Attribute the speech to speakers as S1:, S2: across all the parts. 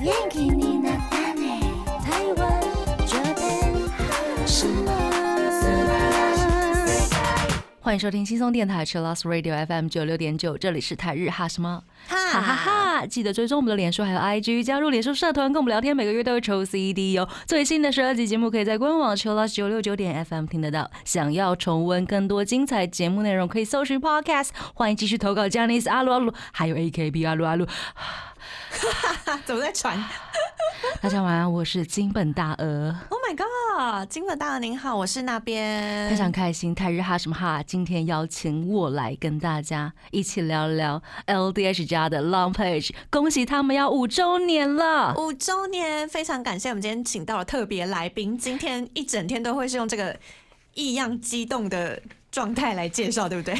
S1: 元気になったね台湾这边什么？
S2: 欢迎收听轻松电台 Chill Lost Radio FM 九六点九，这里是台日哈什么哈哈哈！记得追踪我们的脸书还有 IG，加入脸书社团跟我们聊天，每个月都会抽 CD 哦。最新的十二集节目可以在官网 Chill Lost 九六九点 FM 听得到。想要重温更多精彩节目内容，可以搜寻 Podcast。欢迎继续投稿 j a n i c e 阿鲁阿鲁，还有 AKB 阿鲁阿鲁。
S3: 怎么在传
S2: 大家晚安，我是金本大鹅。
S3: ？Oh my god！金粉大人您好，我是那边
S2: 非常开心，泰日哈什么哈，今天邀请我来跟大家一起聊聊 LDH 家的 Long Page，恭喜他们要五周年了。
S3: 五周年，非常感谢我们今天请到了特别来宾，今天一整天都会是用这个异样激动的状态来介绍，对 不对？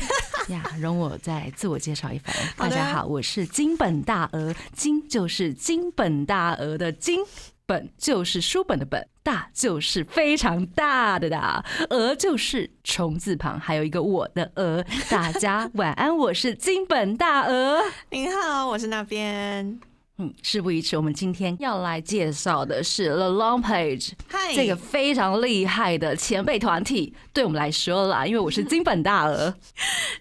S2: 呀，容我再自我介绍一番。
S3: 好
S2: 大
S3: 的
S2: 家好，我是金本大鹅，金就是金本大鹅的金。本就是书本的本，大就是非常大的大，鹅就是虫字旁，还有一个我的鹅。大家 晚安，我是金本大鹅。
S3: 您好，我是那边。
S2: 嗯，事不宜迟，我们今天要来介绍的是 The Long Page
S3: 嗨，
S2: 这个非常厉害的前辈团体。对我们来说啦，因为我是金本大鹅，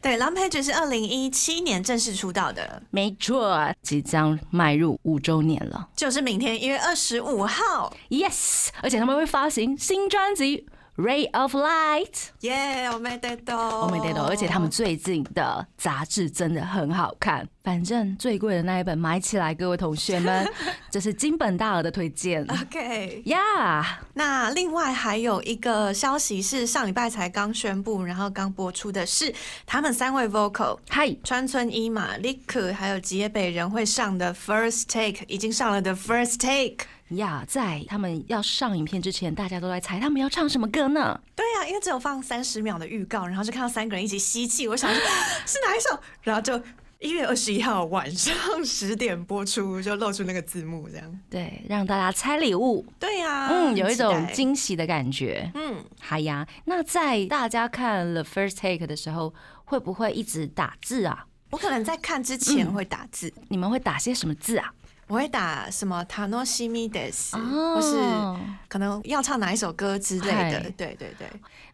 S3: 对 l a m p a g e 是二零一七年正式出道的，
S2: 没错，即将迈入五周年了。
S3: 就是明天一月二十五号，
S2: Yes，而且他们会发行新专辑。Ray of Light，
S3: 耶！我没得到，
S2: 我没得到，而且他们最近的杂志真的很好看。反正最贵的那一本买起来，各位同学们， 这是金本大鹅的推 荐
S3: OK。
S2: 呀。
S3: 那另外还有一个消息是，上礼拜才刚宣布，然后刚播出的是他们三位 vocal
S2: 嗨、
S3: 川村一马、Liku 还有吉野北人会上的 First Take 已经上了的 First Take。
S2: 呀在他们要上影片之前，大家都在猜他们要唱什么歌呢？
S3: 对呀、因为只有放三十秒的预告，然后就看到三个人一起吸气，我想说是哪一首，然后就一月二十一号晚上十点播出，就露出那个字幕这样。
S2: 对，让大家猜礼物，
S3: 对呀、
S2: 嗯，有一种
S3: 啊很期待
S2: 惊喜的感觉。
S3: 嗯，
S2: 嗨呀，那在大家看《The First Take》的时候，会不会一直打字啊？
S3: 我可能在看之
S2: 嗯
S3: 前会打字，
S2: 你们会打些什么字啊？
S3: 我会打什么 “tanoshimi des”，、
S2: 哦
S3: 或是可能要唱哪一首歌之类的
S2: 嗨。
S3: 对对对，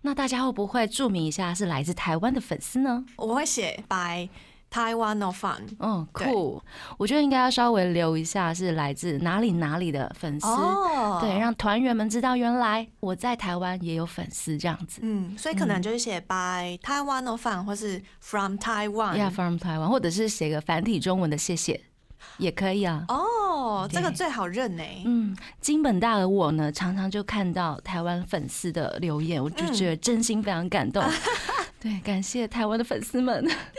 S2: 那大家会不会注明一下是来自台湾的粉丝呢？
S3: 我会写 “by Taiwan no fun”。
S2: 嗯，
S3: 对
S2: 酷，我觉得应该要稍微留一下是来自哪里哪里的粉丝，
S3: 哦
S2: 对，让团员们知道原来我在台湾也有粉丝这样子。
S3: 嗯，所以可能就是写 “by Taiwan no fun” 或是 “from Taiwan”。
S2: Yeah, from Taiwan，或者是写个繁体中文的谢谢也可以啊。
S3: 哦，这个
S2: 对
S3: 最好认呢、
S2: 嗯，金本大的我呢，常常就看到台湾粉丝的留言，我就觉得真心非常感动。对，感谢台湾的粉丝们，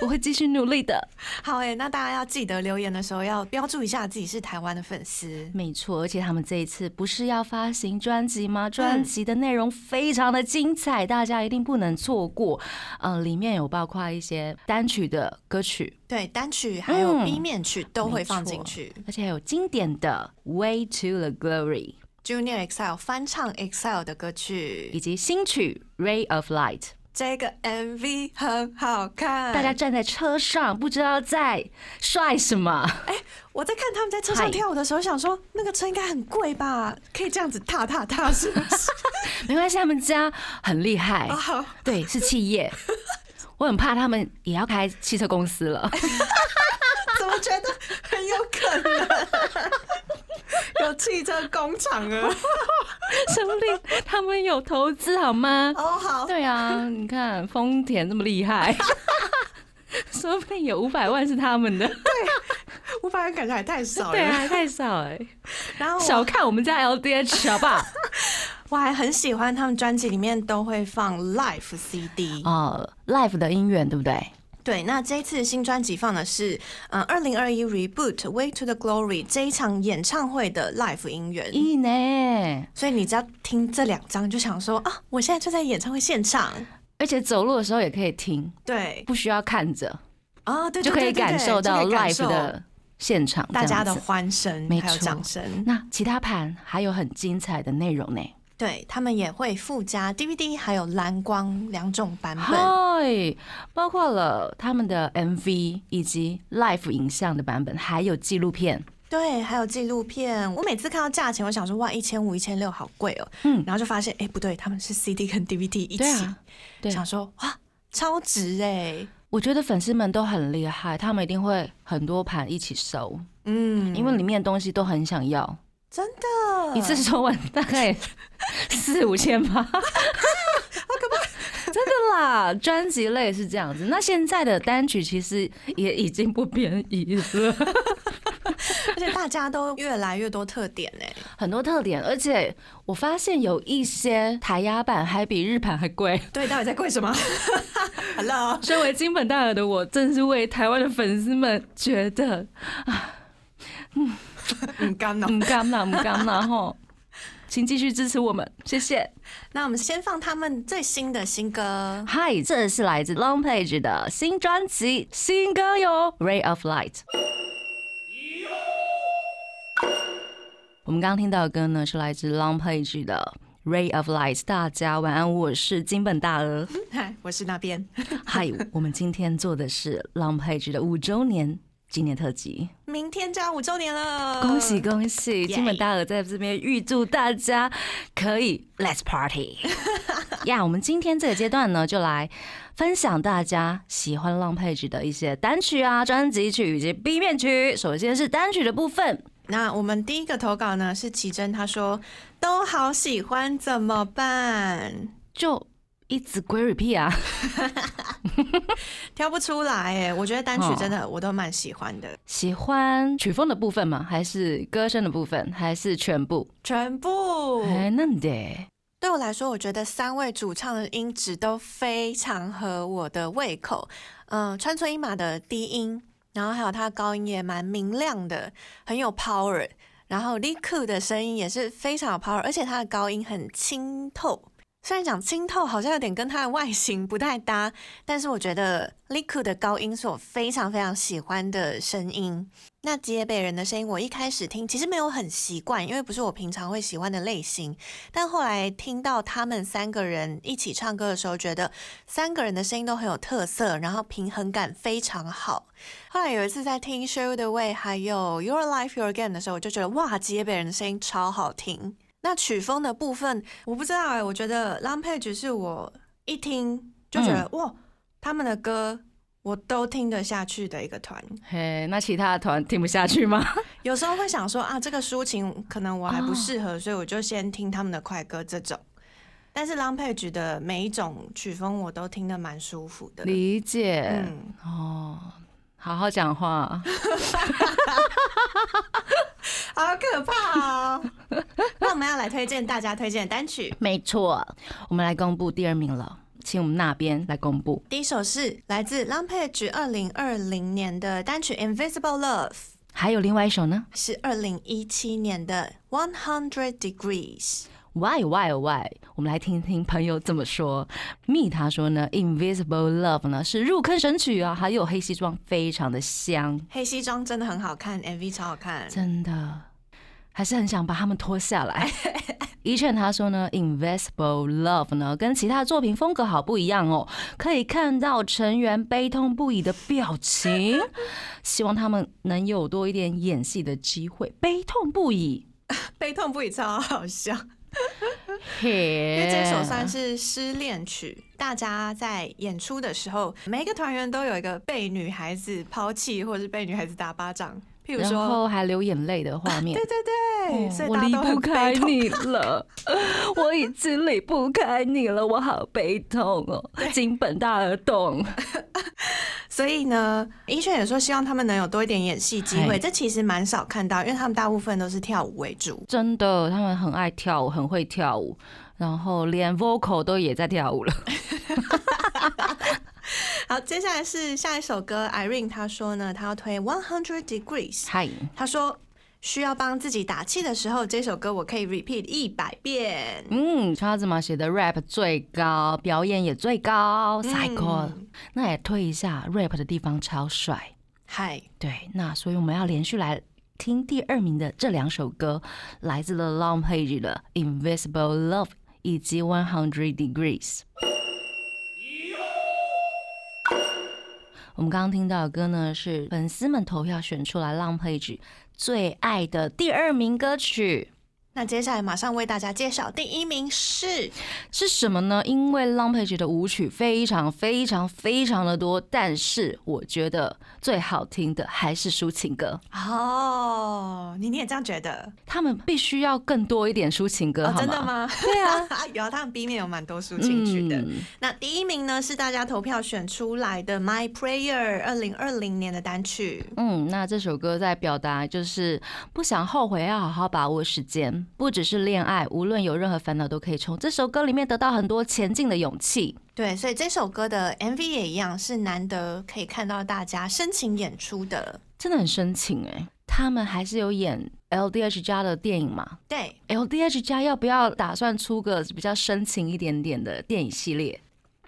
S2: 我会继续努力的。
S3: 好诶、那大家要记得留言的时候要标注一下自己是台湾的粉丝。
S2: 没错，而且他们这一次不是要发行专辑吗？专辑的内容非常的精彩，大家一定不能错过。呃，里面有包括一些单曲的歌曲，
S3: 对，单曲还有
S2: 嗯
S3: B 面曲都会放
S2: 没错
S3: 进去。
S2: 而且还有经典的《Way to the Glory》。
S3: Junior Excel 翻唱 Excel 的歌曲
S2: 以，及新曲《Ray of Light》。
S3: 这个 MV 很好看，
S2: 大家站在车上，不知道在帅什么。
S3: 哎我在看他们在车上
S2: 嗨
S3: 跳舞的时候，想说那个车应该很贵吧？可以这样子踏踏踏，是不 是？
S2: 没关系，他们家很厉害
S3: 啊、，好
S2: 对，是企业。我很怕他们也要开汽车公司了。
S3: 怎么觉得很有可能 有汽车工厂啊？
S2: 说不定他们有投资好吗？
S3: 哦，好，
S2: 对啊，你看丰田这么厉害，说不定有五百万是他们的。
S3: 五百元感觉还太少
S2: 对
S3: 了。
S2: 啊，太少哎、
S3: 然后
S2: 小
S3: 我
S2: 看我们家 LDH 好不好？
S3: 我还很喜欢他们专辑里面都会放 live CD。
S2: 哦、l i f e 的音源对不对？
S3: 对，那这一次新专辑放的是嗯二零二一 Reboot Way to the Glory 这一场演唱会的 live 音源。
S2: 一呢。
S3: 所以你只要听这两张，就想说啊，我现在就在演唱会现场。
S2: 而且走路的时候也可以听，
S3: 对，
S2: 不需要看着，
S3: 啊，对，
S2: 就
S3: 对
S2: 可以
S3: 对对
S2: 感
S3: 对
S2: 受
S3: 就
S2: 到
S3: 可以感
S2: live
S3: 受
S2: 的现场这
S3: 大
S2: 样
S3: 家的
S2: 子。
S3: 欢声
S2: 没
S3: 还有
S2: 错
S3: 掌声。
S2: 那其他盘还有很精彩的内容呢。
S3: 对他们也会附加 DVD 还有蓝光两种版本。
S2: 嗨，包括了他们的 MV 以及 live 影像的版本，还有纪录片。
S3: 对，还有纪录片。我每次看到价钱，我想说哇，一千五、一千六好贵哦。
S2: 嗯
S3: 然后就发现，哎、不对，他们是 CD 跟 DVD 一起，
S2: 对啊，对，
S3: 想说哇，超值哎、
S2: 我觉得粉丝们都很厉害，他们一定会很多盘一起收，
S3: 嗯，
S2: 因为里面的东西都很想要，
S3: 真的
S2: 一次收完大概四五千吧，好可怕！真的啦，专辑类是这样子。那现在的单曲其实也已经不便宜了，
S3: 而且大家都越来越多特点哎、
S2: 很多特点，而且我发现有一些台压版还比日版还贵。
S3: 对，到底在贵什么 ？Hello，
S2: 身为金本大耳的我，真是为台湾的粉丝们觉得嗯
S3: 很干哦。
S2: 唔甘啦，唔甘啦吼！请继续支持我们，谢谢。
S3: 那我们先放他们最新的新歌。
S2: 嗨，这是来自 Long Page 的新专辑《新歌哟 Ray of Light》。我们刚刚听到的歌呢，是来自 Long Page 的《Ray of Light》。大家晚安，我是金本大鹅。
S3: 嗨，我是那边。
S2: 嗨，我们今天做的是 Long Page 的五周年纪念特辑。
S3: 明天就要五周年了，
S2: 恭喜！恭喜！
S3: 嗯耶
S2: 金本大鹅在这边预祝大家可以 Let's Party 呀！我们今天这个阶段呢，就来分享大家喜欢浪配曲的一些单曲啊、专辑曲以及 B 面曲。首先是单曲的部分，
S3: 那我们第一个投稿呢是奇珍，他说都好喜欢，怎么办？
S2: 就一直归 repeat 啊。
S3: 挑不出来哎，我觉得单曲真的我都蛮喜欢的，
S2: 喜欢曲风的部分吗？还是歌声的部分？还是全部？
S3: 全部。
S2: 哎，那你得
S3: 对我来说，我觉得三位主唱的音质都非常合我的胃口。嗯、川村一马的低音，然后还有他的高音也蛮明亮的，很有 power。然后 Liku 的声音也是非常有 power，而且他的高音很清透。虽然讲清透好像有点跟他的外形不太搭，但是我觉得 Liku 的高音是我非常非常喜欢的声音。那吉野北人的声音，我一开始听其实没有很习惯，因为不是我平常会喜欢的类型。但后来听到他们三个人一起唱歌的时候，觉得三个人的声音都很有特色，然后平衡感非常好。后来有一次在听《Show the Way》还有《Your Life Your Game》的时候，我就觉得哇，吉野北人的声音超好听。那曲风的部分，我不知道哎、我觉得 l a m p a g e 是我一听就觉得、哇，他们的歌我都听得下去的一个团。
S2: 嘿，那其他的团听不下去吗？
S3: 有时候会想说啊，这个抒情可能我还不适合，所以我就先听他们的快歌这种。但是 Long Page 的每一种曲风我都听得蛮舒服的。
S2: 理解、
S3: 嗯，
S2: 哦，好好讲话。啊
S3: 好可怕哦！那我们要来推荐大家推荐的单曲，
S2: 没错，我们来公布第二名了，请我们那边来公布。
S3: 第一首是来自 Long Page 二零二零年的单曲《Invisible Love》，
S2: 还有另外一首呢
S3: 是二零一七年的《One Hundred Degrees》。
S2: ，Why Why Why？我们来听听朋友怎么说。蜜他说呢，Invisible Love 呢是入坑神曲啊，还有黑西装非常的香，
S3: 黑西装真的很好看，MV 超好看。
S2: 真的还是很想把他们脱下 来。一劝他说呢，Invisible Love 呢跟其他作品风格好不一样哦，可以看到成员悲痛不已的表 情，希望他们能有多一点演戏的机会，悲痛不已。
S3: 悲痛不已，超好笑。
S2: 嘿，
S3: 因为这首算是失恋曲，大家在演出的时候，每一个团员都有一个被女孩子抛弃，或者是被女孩子打巴掌。譬如
S2: 然
S3: 说，
S2: 后还流眼泪的画面 哦
S3: 对。对对，所以
S2: 我
S3: 大家
S2: 离
S3: 都
S2: 不
S3: 很
S2: 开
S3: 悲痛。
S2: 你了， 我已经离不开你了，我好悲痛哦，金本大耳洞。
S3: 所以呢，一轩也说希望他们能有多一点演戏机
S2: 嗨
S3: 会，这其实蛮少看到，因为他们大部分都是跳舞为主。
S2: 真的，他们很爱跳舞，很会跳舞，然后连 vocal 都也在跳舞了。
S3: 好，接下来是下一首歌，Irene 她说呢，她要推《One Hundred Degrees》，
S2: 嗨，
S3: 她说需要帮自己打气的时候，这首歌我可以 repeat 一百遍。
S2: 嗯，叉子马写的 rap 最高，表演也最高
S3: 嗯
S2: ，cycle、那也推一下 rap 的地方超帅。
S3: 嗨，
S2: 对，那所以我们要连续来听第二名的这两首歌，来自 The Long Page 的《Invisible Love》以及《One Hundred Degrees》。我们刚刚听到的歌呢，是粉丝们投票选出来浪配曲最爱的第二名歌曲
S3: 那接下来马上为大家介绍第一名是
S2: 是什么呢？因为浪配曲的舞曲非常非常非常的多，但是我觉得最好听的还是抒情歌，
S3: 哦，你你也这样觉得？
S2: 他们必须要更多一点抒情歌，
S3: 哦，
S2: 好
S3: 真的？ 吗？
S2: 对啊，
S3: 有啊，他们 B 面有蛮多抒情曲的。
S2: 嗯
S3: 那第一名呢是大家投票选出来的《My Prayer》，二零二零年的单曲。
S2: 嗯，那这首歌在表达就是不想后悔，要好好把握时间。不只是恋爱，无论有任何烦恼都可以从这首歌里面得到很多前进的勇气。
S3: 对，所以这首歌的 MV 也一样，是难得可以看到大家深情演出的。
S2: 真的很深情哎、他们还是有演 LDH 家的电影嘛
S3: 对，
S2: ？LDH 家要不要打算出个比较深情一点点的电影系列？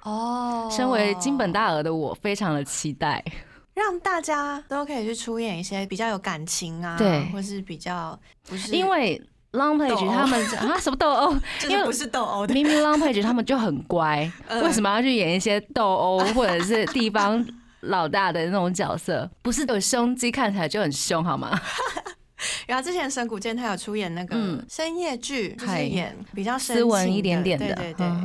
S3: 哦
S2: 身为金本，大鹅的我，非常的期待。
S3: 让大家都可以去出演一些比较有感情啊，
S2: 对
S3: 或是比较不是
S2: 因为 Long Page 他们啊什么斗殴，
S3: 就
S2: 因为
S3: 是不是斗殴的，
S2: 明明 Long Page 他们就很乖，
S3: 嗯
S2: 为什么要去演一些斗殴或者是地方老大的那种角 色？不是有胸肌看起来就很凶好吗？
S3: 然后之前神谷健他有出演那个
S2: 嗯
S3: 深夜剧，就
S2: 嗨
S3: 是演比较深
S2: 斯文
S3: 情
S2: 一点点的，
S3: 的，对对对，
S2: 嗯嗯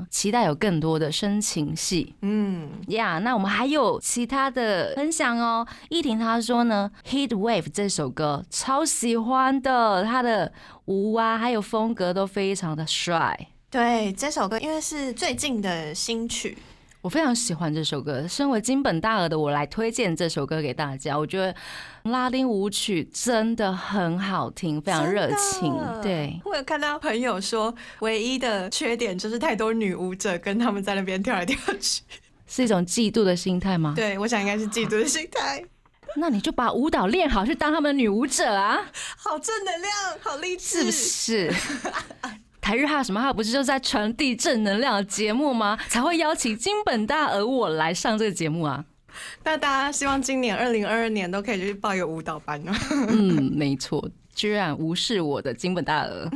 S2: 嗯，期待有更多的深情戏。
S3: 嗯，
S2: 呀、那我们还有其他的分享哦。依婷她说呢，《Heat Wave》这首歌超喜欢的，它的舞啊还有风格都非常的帅，
S3: 对，这首歌因为是最近的新曲，
S2: 我非常喜欢这首歌。身为金本大鹅的我来推荐这首歌给大家，我觉得拉丁舞曲真的很好听，非常热情
S3: 真。的
S2: 对，
S3: 我有看到朋友说，唯一的缺点就是太多女舞者跟他们在那边跳来跳去。
S2: 是一种嫉妒的心态吗？
S3: 对，我想应该是嫉妒的心态。
S2: 那你就把舞蹈练好，去当他们的女舞者啊，
S3: 好正能量，好励志，
S2: 是不？是？ 台日哈什么哈不是就是在传递正能量的节目吗？才会邀请金本大鹅我来上这个节目啊。
S3: 那大家希望今年二零二二年都可以去报一个舞蹈班哦。
S2: 嗯，没错，居然无视我的金本大鹅。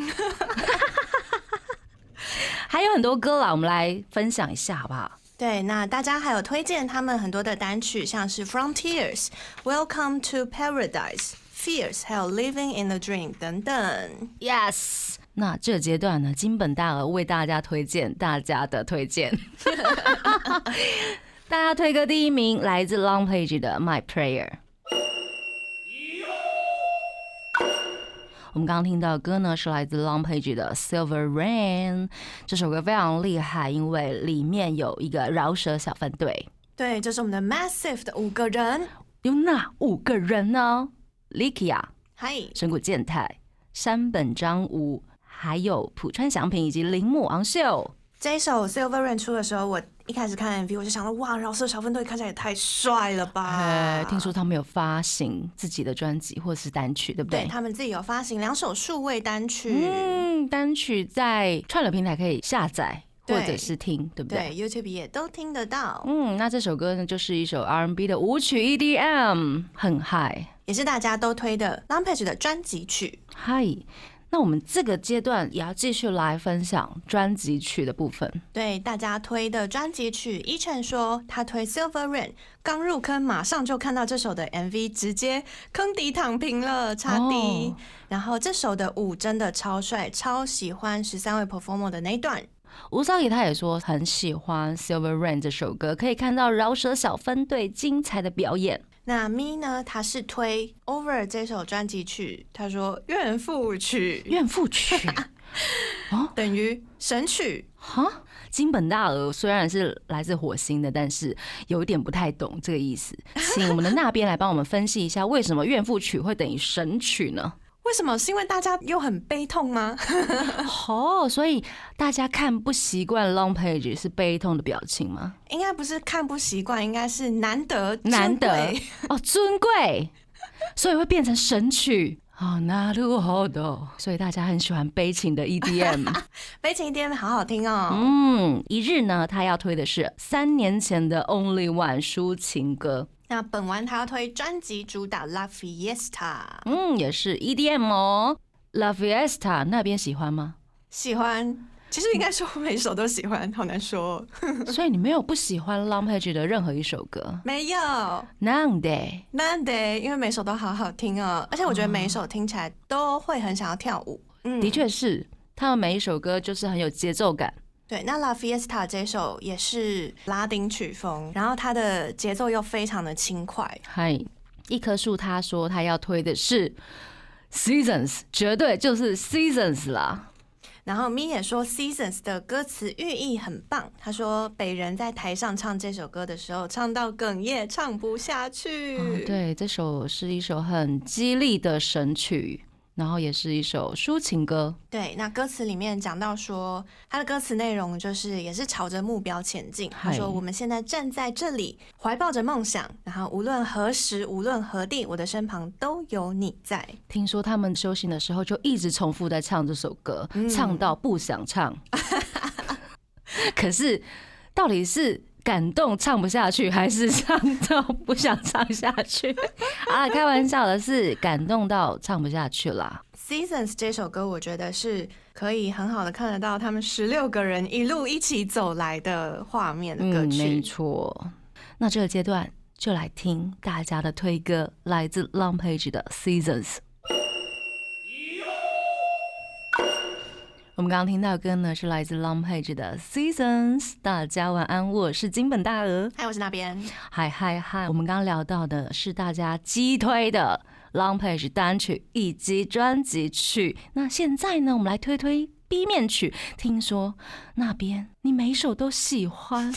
S2: 还有很多歌啦，我们来分享一下好不好？
S3: 对，那大家还有推荐他们很多的单曲，像是《Frontiers》、《Welcome to Paradise》、《Fears》，还有《Living in the Dream》等等。
S2: Yes。那这阶段呢，金本大鹅为大家推荐大家的推荐。大家推歌第一名来自 Long Page 的《My Prayer》。我们刚刚听到的歌呢，是来自 Long Page 的《Silver Rain》。这首歌非常厉害，因为里面有一个饶舌小分队，
S3: 对，这是我们的 Massive 的五个人。
S2: 有哪五个人呢？Likia、
S3: 嗨，
S2: 神谷健太、山本彰吾，还有浦川祥平以及铃木昂秀。
S3: 这一首《Silver Rain》出的时候，我一开始看 MV，我就想到，哇，饶舌小分队看起来也太帅了吧！
S2: 呃，听说他们有发行自己的专辑或是单曲，对不对？
S3: 对他们自己有发行两首数位单曲，
S2: 嗯，单曲在串流平台可以下载
S3: 对
S2: 或者是听，对不对？
S3: 对 YouTube 也都听得到，
S2: 嗯，那这首歌呢，就是一首 R&B 的舞曲 EDM，很嗨
S3: 也是大家都推的 Lampage 的专辑曲。
S2: 嗨。那我们这个阶段也要继续来分享专辑曲的部分。
S3: 对大家推的专辑曲，依晨说他推《Silver Rain》，刚入坑马上就看到这首的 MV，直接坑底躺平了，差低。
S2: 哦
S3: 然后这首的舞真的超帅，超喜欢十三位 performer 的那一段。
S2: 吴少爷他也说很喜欢《Silver Rain》这首歌，可以看到饶舌小分队精彩的表演。
S3: 那咪呢？他是推 Over 这首专辑曲，他说怨妇曲
S2: 怨妇曲
S3: 等于神曲，
S2: 哈，金本大鹅虽然是来自火星的，但是有一点不太懂这个意 思，请我们的那边来帮我们分析一下，为什么怨妇曲会等于神曲呢？
S3: 为什么？是因为大家又很悲痛吗？
S2: 哦，所以大家看不习惯 long page 是悲痛的表情吗？
S3: 应该不是看不习惯，应该是难得
S2: 难
S3: 珍
S2: 得
S3: 贵
S2: 哦，尊贵，所以会变成神曲。哦，那路好多，所以大家很喜欢悲情的 E EDM。
S3: 悲情一点，好好听哦。
S2: 嗯，一日呢，他要推的是三年前的 Only One 抒情歌，
S3: 那本丸他要推专辑主打《La Fiesta》，
S2: E 嗯，也是 EDM 哦。La Fiesta 那边喜欢吗？
S3: 喜欢。其实应该说我每一首都喜欢，好难说、哦。
S2: 所以你没有不喜欢 Long Page 的任何一首歌
S3: 没有，
S2: ，None Day。
S3: 那得因为每首都好好听哦，而且我觉得每一首听起来都会很想要跳舞。嗯
S2: 的，确是，他们每一首歌就是很有节奏感。
S3: 对。那 La Fiesta 这首也是拉丁曲风，然后它的节奏又非常的轻快。
S2: 嗨，一棵树他说他要推的是 Seasons，绝对就是 Seasons 啦。
S3: 然后咪也说，Seasons 的歌词寓意很棒。他说，北人在台上唱这首歌的时候，唱到哽咽，唱不下去。
S2: 嗯，对，这首是一首很激励的神曲，然后也是一首抒情歌。
S3: 对，那歌词里面讲到说，他的歌词内容就是也是朝着目标前进。他
S2: 嗨
S3: 说：“我们现在站在这里，怀抱着梦想，然后无论何时，无论何地，我的身旁都有你在。
S2: 听说他们修行的时候就一直重复在唱这首歌，唱到不想唱。 可是到底是感动唱不下去，还是唱到不想唱下去？ 啊，开玩笑的是感动到唱不下去啦。”
S3: Seasons 这首歌，我觉得是可以很好的看得到他们十六个人一路一起走来的画面的歌
S2: 嗯、没
S3: 曲。
S2: 错。那这个阶段就来听大家的推歌，来自 Long Page 的 Seasons。我们刚刚听到的歌呢，是来自 Long Page 的 Seasons。大家晚安，我是金本大鹅。
S3: 嗨、我是那边。
S2: 嗨嗨嗨！我们刚刚聊到的是大家激推的 Long Page 单曲以及专辑曲。那现在呢，我们来推推 B 面曲。听说那边你每一首都喜 欢，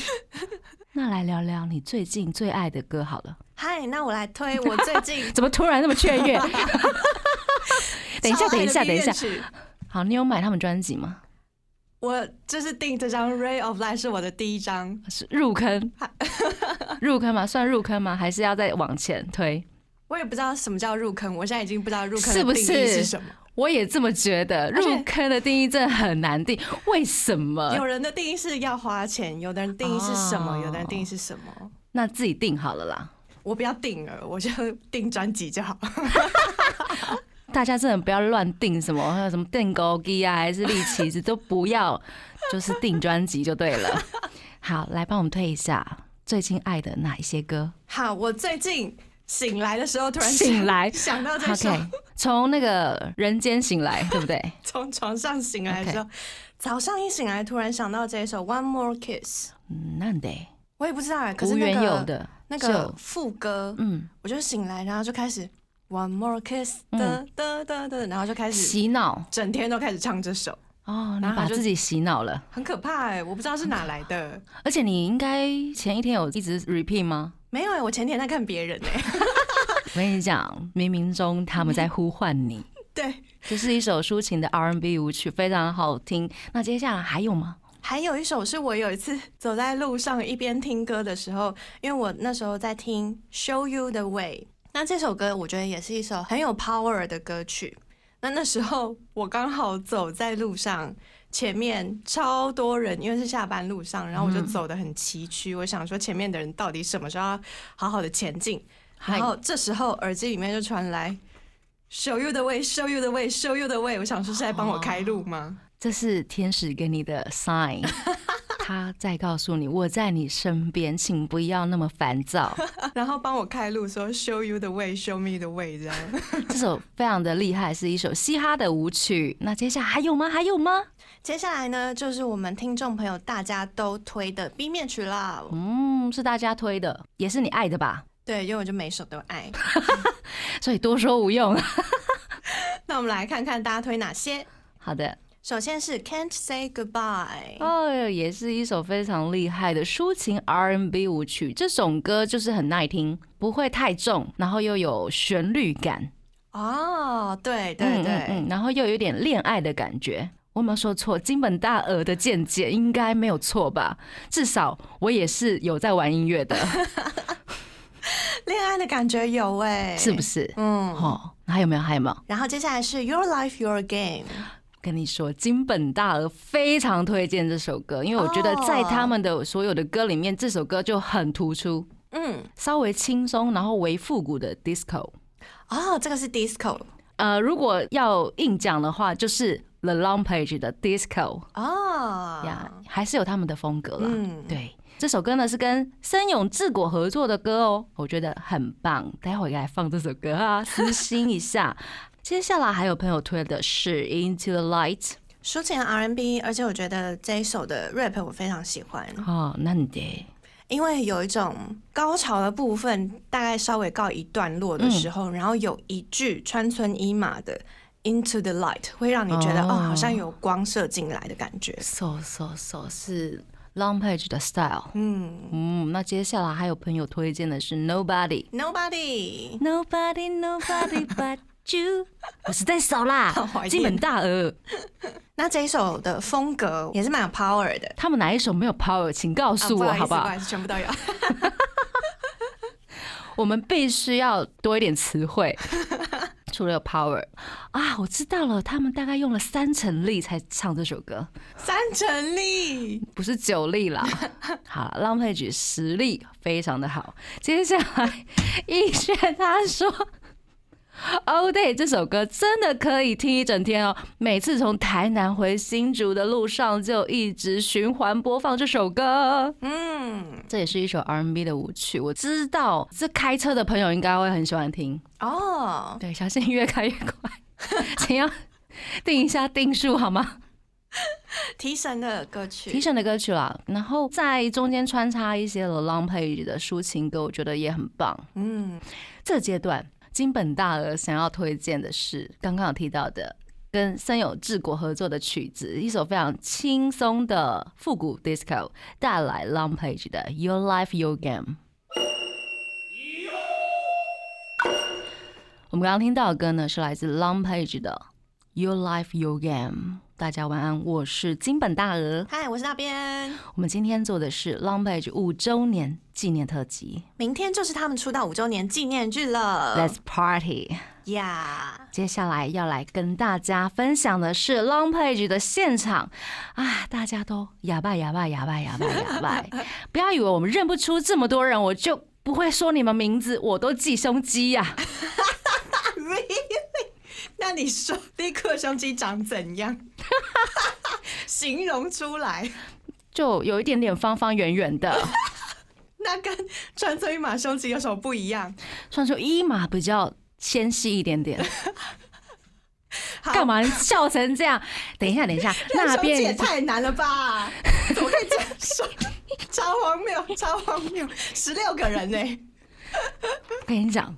S2: 那来聊聊你最近最爱的歌好了。
S3: 嗨，那我来推我最近
S2: 怎么突然那么雀跃？ 等一下，
S3: 超
S2: 等
S3: 爱
S2: 一
S3: 的
S2: 下，
S3: 毕
S2: 等一
S3: 业
S2: 下。
S3: 曲
S2: 好，你有买他们专辑吗？
S3: 我就是订这张《Ray of Light》是我的第一张，
S2: 是入坑，
S3: 啊
S2: 入坑吗？算入坑吗？还是要再往前推？
S3: 我也不知道什么叫入坑，我现在已经不知道入坑
S2: 是不
S3: 的定义
S2: 是
S3: 是什么。
S2: 我也这么觉得，
S3: 而且
S2: 入坑的定义真的很难定，为什么？
S3: 有人的定义是要花钱，有的人定义是什么，
S2: 呃哦
S3: 有的人定义是什么。
S2: 那自己定好了啦。
S3: 我不要定了，我就定专辑就好。
S2: 大家真的不要乱定什么，还有什么定钩机啊，还是立旗子，都不 要，就是定专辑就对了。好，来帮我们推一下最近爱的哪一些歌？
S3: 好，我最近醒来的时候突然
S2: 醒来
S3: 想到这首，
S2: OK，从那个人间醒 来，对不对？
S3: 从床上醒来的时候早上一醒来突然想到这首《One More Kiss》，
S2: 嗯，那得
S3: 我也不知道哎，可
S2: 无
S3: 是那
S2: 缘
S3: 个
S2: 有的，
S3: 那
S2: 就
S3: 个副歌，
S2: 嗯，
S3: 我就醒来，然后就开始 One More Kiss，哒
S2: 嗯
S3: 哒哒哒，然后就开始
S2: 洗脑
S3: 整天都开始唱这首，
S2: 哦，你
S3: 嗯然后
S2: 把
S3: 就
S2: 自己洗脑了，
S3: 很可怕哎，我不知道是哪来的。
S2: 而且你应该前一天有一直 repeat 吗？
S3: 没有哎、我前天在看别人哎、
S2: 我跟你讲，冥冥中他们在呼唤你。
S3: 对，
S2: 这是一首抒情的 R&B 舞曲，非常好听。那接下来还有吗？
S3: 还有一首是我有一次走在路上一边听歌的时候，因为我那时候在听《Show You the Way》，那这首歌我觉得也是一首很有 power 的歌曲。那那时候我刚好走在路上，前面超多人，因为是下班路上，然后我就走得很崎岖。我想说前面的人到底什么时候要好好的前进？然后这时候耳机里面就传来 “Show You the Way”，“Show You the Way”，“Show You the Way”。我想说是在帮我开路吗？
S2: 这是天使给你的 sign，他在告诉你我在你身边，请不要那么烦躁。
S3: 然后帮我开路，说 “Show you the way, show me the way” 这样。
S2: 这首非常的厉害，是一首嘻哈的舞曲。那接下来还有吗？还有吗？
S3: 接下来呢，就是我们听众朋友大家都推的 B 面曲啦。
S2: 嗯，是大家推的，也是你爱的吧？
S3: 对，因为我就每首都 爱。
S2: 所以多说无用。
S3: 那我们来看看大家推哪些。
S2: 好的，
S3: 首先是 “Can't Say Goodbye”，、
S2: 哦，也是一首非常厉害的抒情 R&B 舞曲。这种歌就是很耐听，不会太重，然后又有旋律感，
S3: 哦，对对
S2: 嗯
S3: 对，
S2: 嗯嗯，然后又有点恋爱的感觉。我有没有说错？金本大鹅的见解应该没有错吧？至少我也是有在玩音 乐的，
S3: 恋爱的感觉有哎、
S2: 是不？是？
S3: 嗯。
S2: 哦，还有没有？还有没有？
S3: 然后接下来是 “Your Life, Your Game”，
S2: 跟你说，金本大鹅非常推荐这首歌，因为我觉得
S3: 哦
S2: 在他们的所有的歌里面，这首歌就很突出，
S3: 嗯，
S2: 稍微轻松，然后为复古的 disco。
S3: 哦，这个是 disco，
S2: 呃，如果要硬讲的话，就是 The Long Page 的 Disco
S3: 哦，
S2: 呀，还是有他们的风格啦。
S3: 嗯，
S2: 对，这首歌呢是跟森永智果合作的歌哦，我觉得很棒，待会儿来放这首歌啊， 私心一下。接下来还有朋友推的是 Into the Light
S3: 抒情 R&B，而且我觉得这一首的 rap 我非常喜欢，
S2: 哦，那你得
S3: 因为有一种高潮的部分，大概稍微告一段落的时
S2: 嗯
S3: 候，然后有一句川村一马的 Into the Light，会让你觉得
S2: 哦
S3: 哦好像有光射进来的感觉。
S2: so so so 是 Long Page 的 Style。
S3: 嗯
S2: 嗯，那接下来还有朋友推荐的是 Nobody。
S3: ，Nobody，
S2: Nobody, nobody but you 。我实在少啦
S3: 好怀，念
S2: 金本大鹅，
S3: 那这一首的风格也是蛮有 power 的。
S2: 他们哪一首没有 power？请告
S3: 啊
S2: 诉我，好
S3: 不
S2: 不
S3: 好
S2: 好
S3: 意思？意思全部都有。
S2: 我们必须要多一点词 汇。除了有 power 啊，我知道了，他们大概用了三成力才唱这首歌，
S3: 三成力，
S2: 不是九力啦。好，浪费举实力非常的好。接下来，逸轩他说。All Day 这首歌真的可以听一整天哦！每次从台南回新竹的路上，就一直循环播放这首歌。
S3: 嗯，
S2: 这也是一首 R&B 的舞曲，我知道这开车的朋友应该会很喜欢听。
S3: 哦，
S2: 对，小心越开越快，请要定一下定数好吗？
S3: 提神的歌
S2: 提
S3: 曲，
S2: 神的歌曲啦，然后在中间穿插一些 The Long Page 的抒情歌，我觉得也很棒。
S3: 嗯，
S2: 这个阶段，金本大鹅想要推荐的是刚刚有提到的。跟森友治国合作的曲子，一首非常轻松的复古 disco，带来 Long Page 的 Your Life Your Game。我们刚刚听到的歌呢，是来自 Long Page 的 Your Life Your Game。大家晚安，我是金本大鹅。
S3: 嗨，我是那边，
S2: 我们今天做的是 Long Page 五周年纪念特辑、
S3: 明天就是他们出道五周年纪念日了
S2: l e t s Party。
S3: 呀
S2: 接下来要来跟大家分享的是 Long Page 的现场啊，大家都哑巴哑巴哑巴哑巴哑巴，不要以为我们认不出这么多人，我就不会说你们名字，我都记胸肌呀、
S3: 那你说 Big 克胸肌长怎 样？形容出来，
S2: 就有一点点方方圆圆的，
S3: 那跟川村一马胸肌有什么不一样？
S2: 算出一码比较纤细一点点。
S3: 好
S2: 干嘛笑成这样？等一下，等一下，那
S3: 胸肌也
S2: 边
S3: 太难了 吧？怎么可以这样说？超荒谬，超荒谬！十六个人呢、
S2: 我跟你讲，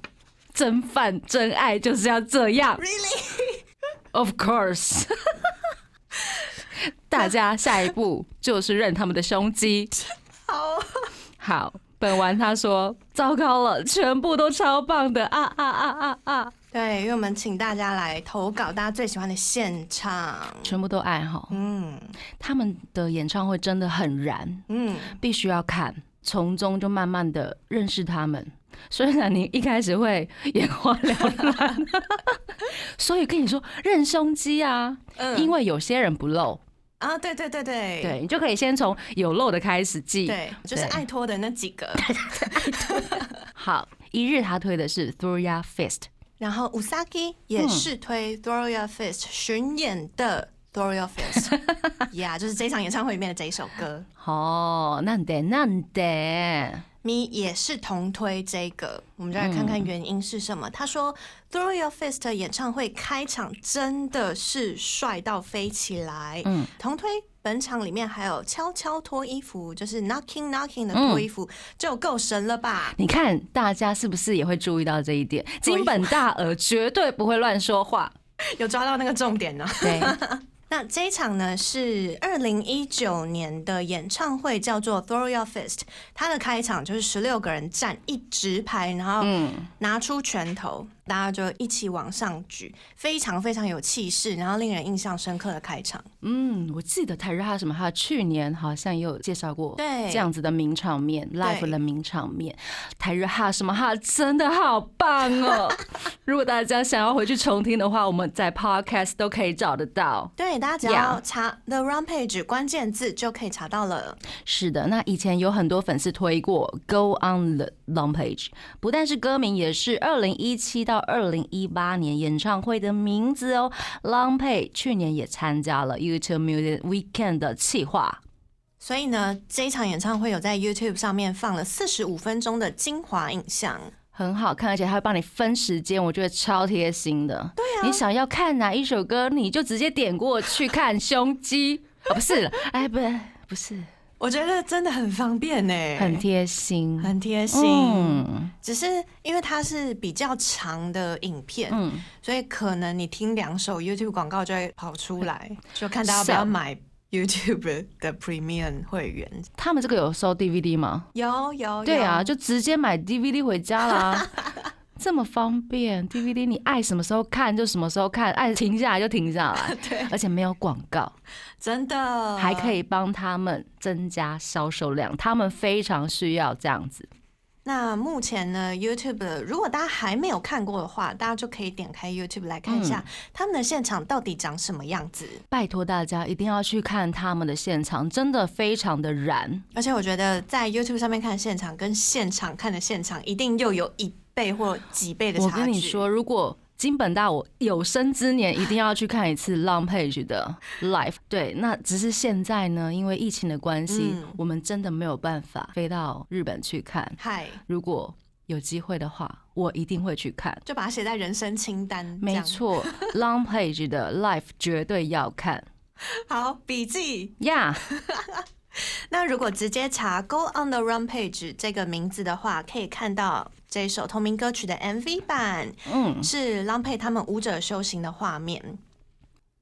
S2: 真饭真爱就是要这样
S3: r e a l l y
S2: ，Of course 。 大家下一步就是认他们的胸肌。
S3: 好。
S2: 好，本丸他说：“糟糕了，全部都超棒的啊啊啊啊啊！
S3: 对，因为我们请大家来投稿大家最喜欢的现场。
S2: 全部都爱好。
S3: 嗯
S2: 他们的演唱会真的很燃，
S3: 嗯，
S2: 必须要看，从中就慢慢的认识他们。虽然你一开始会眼花缭乱， 所以跟你说认胸肌啊，
S3: 嗯
S2: 因为有些人不露，
S3: 啊，对对对对
S2: 对你就可以先从有漏的开始记。，
S3: 对，就是
S2: 对
S3: 爱拖的那几 个。
S2: 好，一日他推的是 Through Your Fist，
S3: 然后 Usagi 也是推
S2: 嗯
S3: Throw Your Fist 巡演的 Throw Your Fist，呀，yeah, 就是这场演唱会里面的这一首歌。
S2: 哦，那得那得，
S3: 咪也是同推这个，我们就来看
S2: 嗯
S3: 看原因是什么。他说，Throw Your Fist 的演唱会开场真的是帅到飞起来。
S2: 嗯
S3: 同推本场里面还有悄悄脱衣服，就是 Knocking Knocking
S2: 嗯
S3: 的脱衣服，就够神了吧？
S2: 你看大家是不是也会注意到这一点？金本大耳绝对不会乱说 话，
S3: 有抓到那个重点呢、
S2: 对，
S3: 那这一场呢是二零一九年的演唱会，叫做 Throw Your Fist。它的开场就是十六个人站一直排，然后拿出拳头，大家就一起往上举，非常非常有气势，然后令人印象深刻的开场。
S2: 嗯，我记得泰瑞哈什么，他去年好像也有介绍过
S3: 对
S2: 这样子的名场面，live 的名场面，泰瑞哈什么哈真的好棒哦！ 如果大家想要回去重听的话，我们在 podcast 都可以找得到。
S3: 对，大家只要
S2: Yeah
S3: 查 The Rampage 关键字就可以查到了。
S2: 是的，那以前有很多粉丝推过《Go on the Long Page》，不但是歌名，也是二零一七到二零一八年演唱会的名字哦。郎佩去年也参加了 YouTube Music Weekend 的企划。
S3: 所以呢，这一场演唱会有在 YouTube 上面放了四十五分钟的精华影像。
S2: 很好看，而且他会帮你分时间，我觉得超贴心的。对啊，你想要看哪一首歌，你就直接点过去看胸 肌。哦，不是了，哎，不，不是，
S3: 我觉得真的很方便呢、
S2: 很贴心，
S3: 很贴心。
S2: 嗯
S3: 只是因为它是比较长的影片，
S2: 嗯，
S3: 所以可能你听两首 YouTube 广告就会跑出
S2: 嗯
S3: 来，就看大家要不
S2: 是
S3: 要买 YouTube 的 Premium 会员。
S2: 他们这个有收 DVD 吗？
S3: 有有
S2: 对啊，
S3: 哦有
S2: 就直接买 DVD 回家 啦，这么方便。DVD 你爱什么时候看就什么时候看，爱停下来就停下来，
S3: 对，嗯
S2: 而且没有广告，
S3: 真的
S2: 还可
S3: 以。
S2: 以帮他们增加销售量，他们非常需要这样子。
S3: 那目前呢，YouTube 如果大家还没有看过的话，大家就可以点开 YouTube 来看一下
S2: 嗯
S3: 他们的现场到底长什么样子。
S2: 拜托大家一定要去看他们的现场，真的非常的燃。
S3: 而且我觉得在 YouTube 上面看现场跟现场看的现场，一定又有一倍或几倍的差
S2: 我
S3: 距。
S2: 跟你说，如果金本大我有生之年一定要去看一次 Long Page 的 Live。对，那只是现在呢，因为疫情的关系，
S3: 嗯
S2: 我们真的没有办法飞到日本去看。
S3: 嗨，
S2: 如果有机会的话，我一定会去看。
S3: 就把它写在人生清单。这
S2: 没
S3: 样，
S2: 错，Long Page 的 Live 绝对要看
S3: 好，笔记。
S2: 呀。
S3: 那如果直接查 “Go on the Run Page” 这个名字的话，可以看到这首同名歌曲的 MV 版，
S2: 嗯，
S3: 是郎佩他们舞者修行的画面。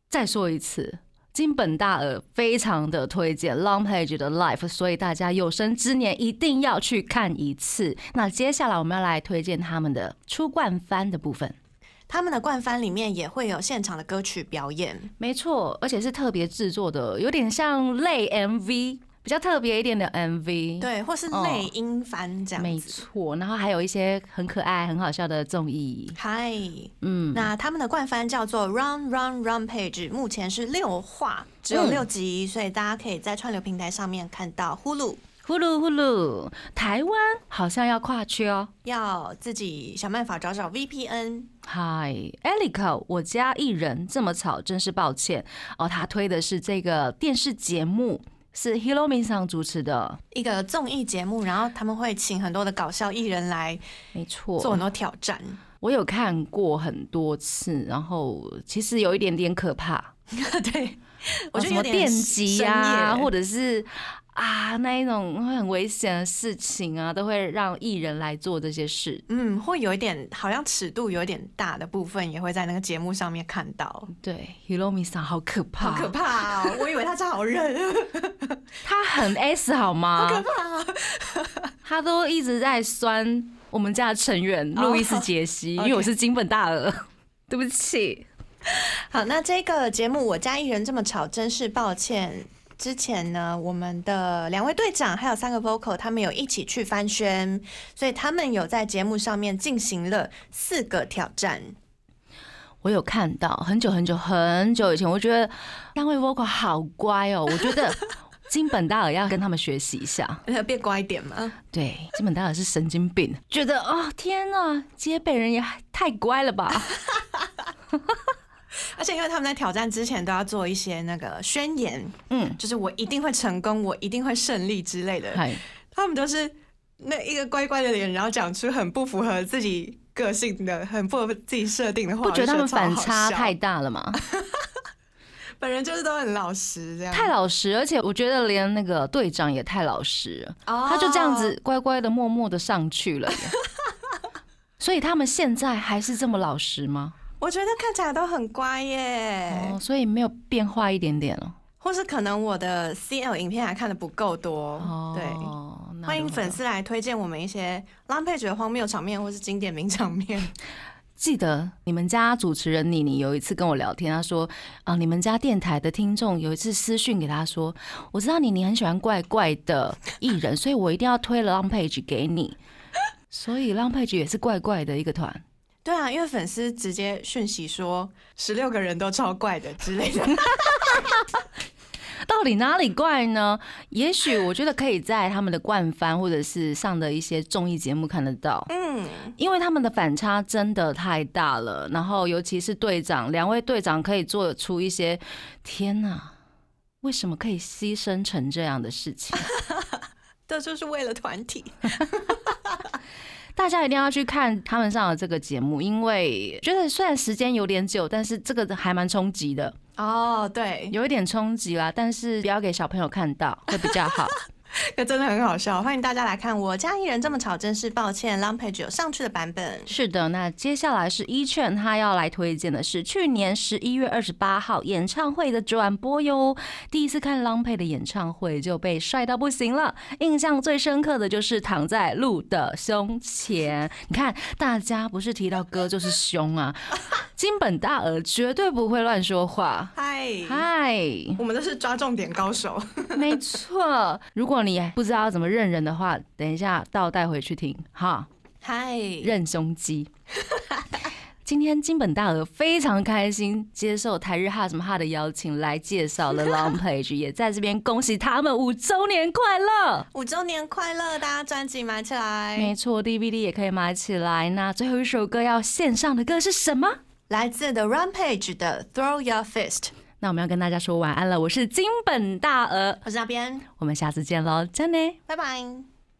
S2: 再说一次。金本大耳非常的推荐 Long Page 的 Life，所以大家有生之年一定要去看一次。那接下来我们要来推荐他们的出冠番的部分，
S3: 他们的冠番里面也会有现场的歌曲表演，
S2: 没错，而且是特别制作的，有点像类 MV，比较特别一点的 MV。
S3: 对，或是
S2: 哦
S3: 内音番这样
S2: 没
S3: 子。
S2: 错，然后还有一些很可爱、很好笑的综艺，
S3: 嗨，
S2: 嗯，
S3: 那他们的冠番叫做 Run Run Run Page，目前是六话，只有
S2: 嗯
S3: 六集，所以大家可以在串流平台上面看到。呼噜
S2: 呼噜呼噜，台湾好像要跨区哦。
S3: 要自己想办法找找 VPN，
S2: 嗨 e l i c o 我家艺人这么吵，真是抱歉哦。他推的是这个电视节目，是 Hiromi 上主持的，
S3: 一个综艺节目，然后他们会请很多的搞笑艺人来
S2: 没错。
S3: 做很多挑战。
S2: 我有看过很多次，然后其实有一点点可怕，
S3: 对，
S2: 哦
S3: 我
S2: 什
S3: 觉得有
S2: 么
S3: 点
S2: 电击呀、
S3: 深夜
S2: 或者是啊那一种会很危险的事情啊，都会让艺人来做这些事。
S3: 嗯，会有一点好像尺度有一点大的部分，也会在那个节目上面看到。
S2: 对，Hiromi 上好可怕，
S3: 好可怕哦！我以为他是好 人，
S2: 他很 S 好啊吗？
S3: 好可怕哦！
S2: 他都一直在酸我们家的成员
S3: 哦
S2: 路易斯杰 西，因
S3: OK
S2: 为我是金本大鹅， 对不起。
S3: 好，那这个节目《我家艺人这么吵》，真是抱歉。之前呢，我们的两位队长还有三个 vocal，他们有一起去翻宣，所以他们有在节目上面进行了四个挑 战。
S2: 我有看到很久很久很久以前，我觉得三位 vocal 好乖哦，我觉 得金本大耳要跟他们学习一下。
S3: 呃变乖一点嘛。
S2: 对，金本大耳是神经病，觉得哦天呐，接北人也太乖了吧？
S3: 而且因为他们在挑战之前都要做一些那个宣言，
S2: 嗯，
S3: 就是我一定会成功，我一定会胜利之类的。
S2: 嗨，
S3: 他们都是那一个乖乖的脸，然后讲出很不符合自己个性的、很不符合自己设定的话，
S2: 不觉得他们
S3: 我就超
S2: 反
S3: 好
S2: 差
S3: 笑
S2: 太大了吗？
S3: 本人就是都很老实这样，
S2: 太老实，而且我觉得连那个队长也太老实了。
S3: 哦
S2: 他就这样子乖乖的、默默的上去 了耶。所以他们现在还是这么老实吗？
S3: 我觉得看起来都很乖耶，
S2: 哦，所以没有变化一点点哦。
S3: 或是可能我的 CL 影片还看的不够多，对。
S2: 哦，那
S3: 欢迎
S2: 如何
S3: 粉丝来推荐我们一些浪配角的荒谬场面，或是经典名场面。
S2: 记得你们家主持人妮妮有一次跟我聊天，她说啊，你们家电台的听众有一次私讯给她说，我知道妮妮很喜欢怪怪的艺人， 所以我一定要推了浪配局给你。所以浪配局也是怪怪的一个团。
S3: 对啊，因为粉丝直接 讯息说十六个人都超怪的之类的，
S2: 到到底哪里怪呢？也许我觉得可以在他们的冠番或者是上的一些综艺节目看得到，
S3: 嗯，
S2: 因为他们的反差真的太大了。然后尤其是队长，两位队长可以做出一些，天哪，为什么可以牺牲成这样的事情？
S3: 这就是为了团体。
S2: 大家一定要去看他们上的这个节目，因为觉得虽然时间有点久，但是这个还蛮冲击的，
S3: 哦，对，
S2: 有一点冲击啦。但是不要给小朋友看到会比较好。
S3: 这真的很好笑，欢迎大家来看我家艺人这么吵，真是抱歉。Long Page 有上去的版本，
S2: 是的，那接下来是一券，他要来推荐的是去年十一月二十八号演唱会的转播哟。第一次看郎佩的演唱会就被帅到不行了，印象最深刻的就是躺在鹿的胸前。你看，大家不是提到歌就是胸啊，金本大鹅绝对不会乱说话。
S3: 嗨，
S2: 嗨，
S3: 我们都是抓重点高手。
S2: 没错。如果你不知道怎么认人的话，等一下倒带回去听哈。
S3: 嗨，
S2: 任胸肌。 今天金本大鹅非常开心接受台日哈什么哈的邀请来介绍了 Long Page，也在这边恭喜他们五周年快乐。
S3: 五周年快乐，大家专辑买起来。
S2: 没错，DVD 也可以买起来。那最后一首歌要献上的歌是什么？
S3: 来自 The Rampage 的 Throw Your Fist，
S2: 那我们要跟大家说晚安了。我是金本大鹅，
S3: 我是那边，
S2: 我们下次见喽，真的。
S3: 拜拜。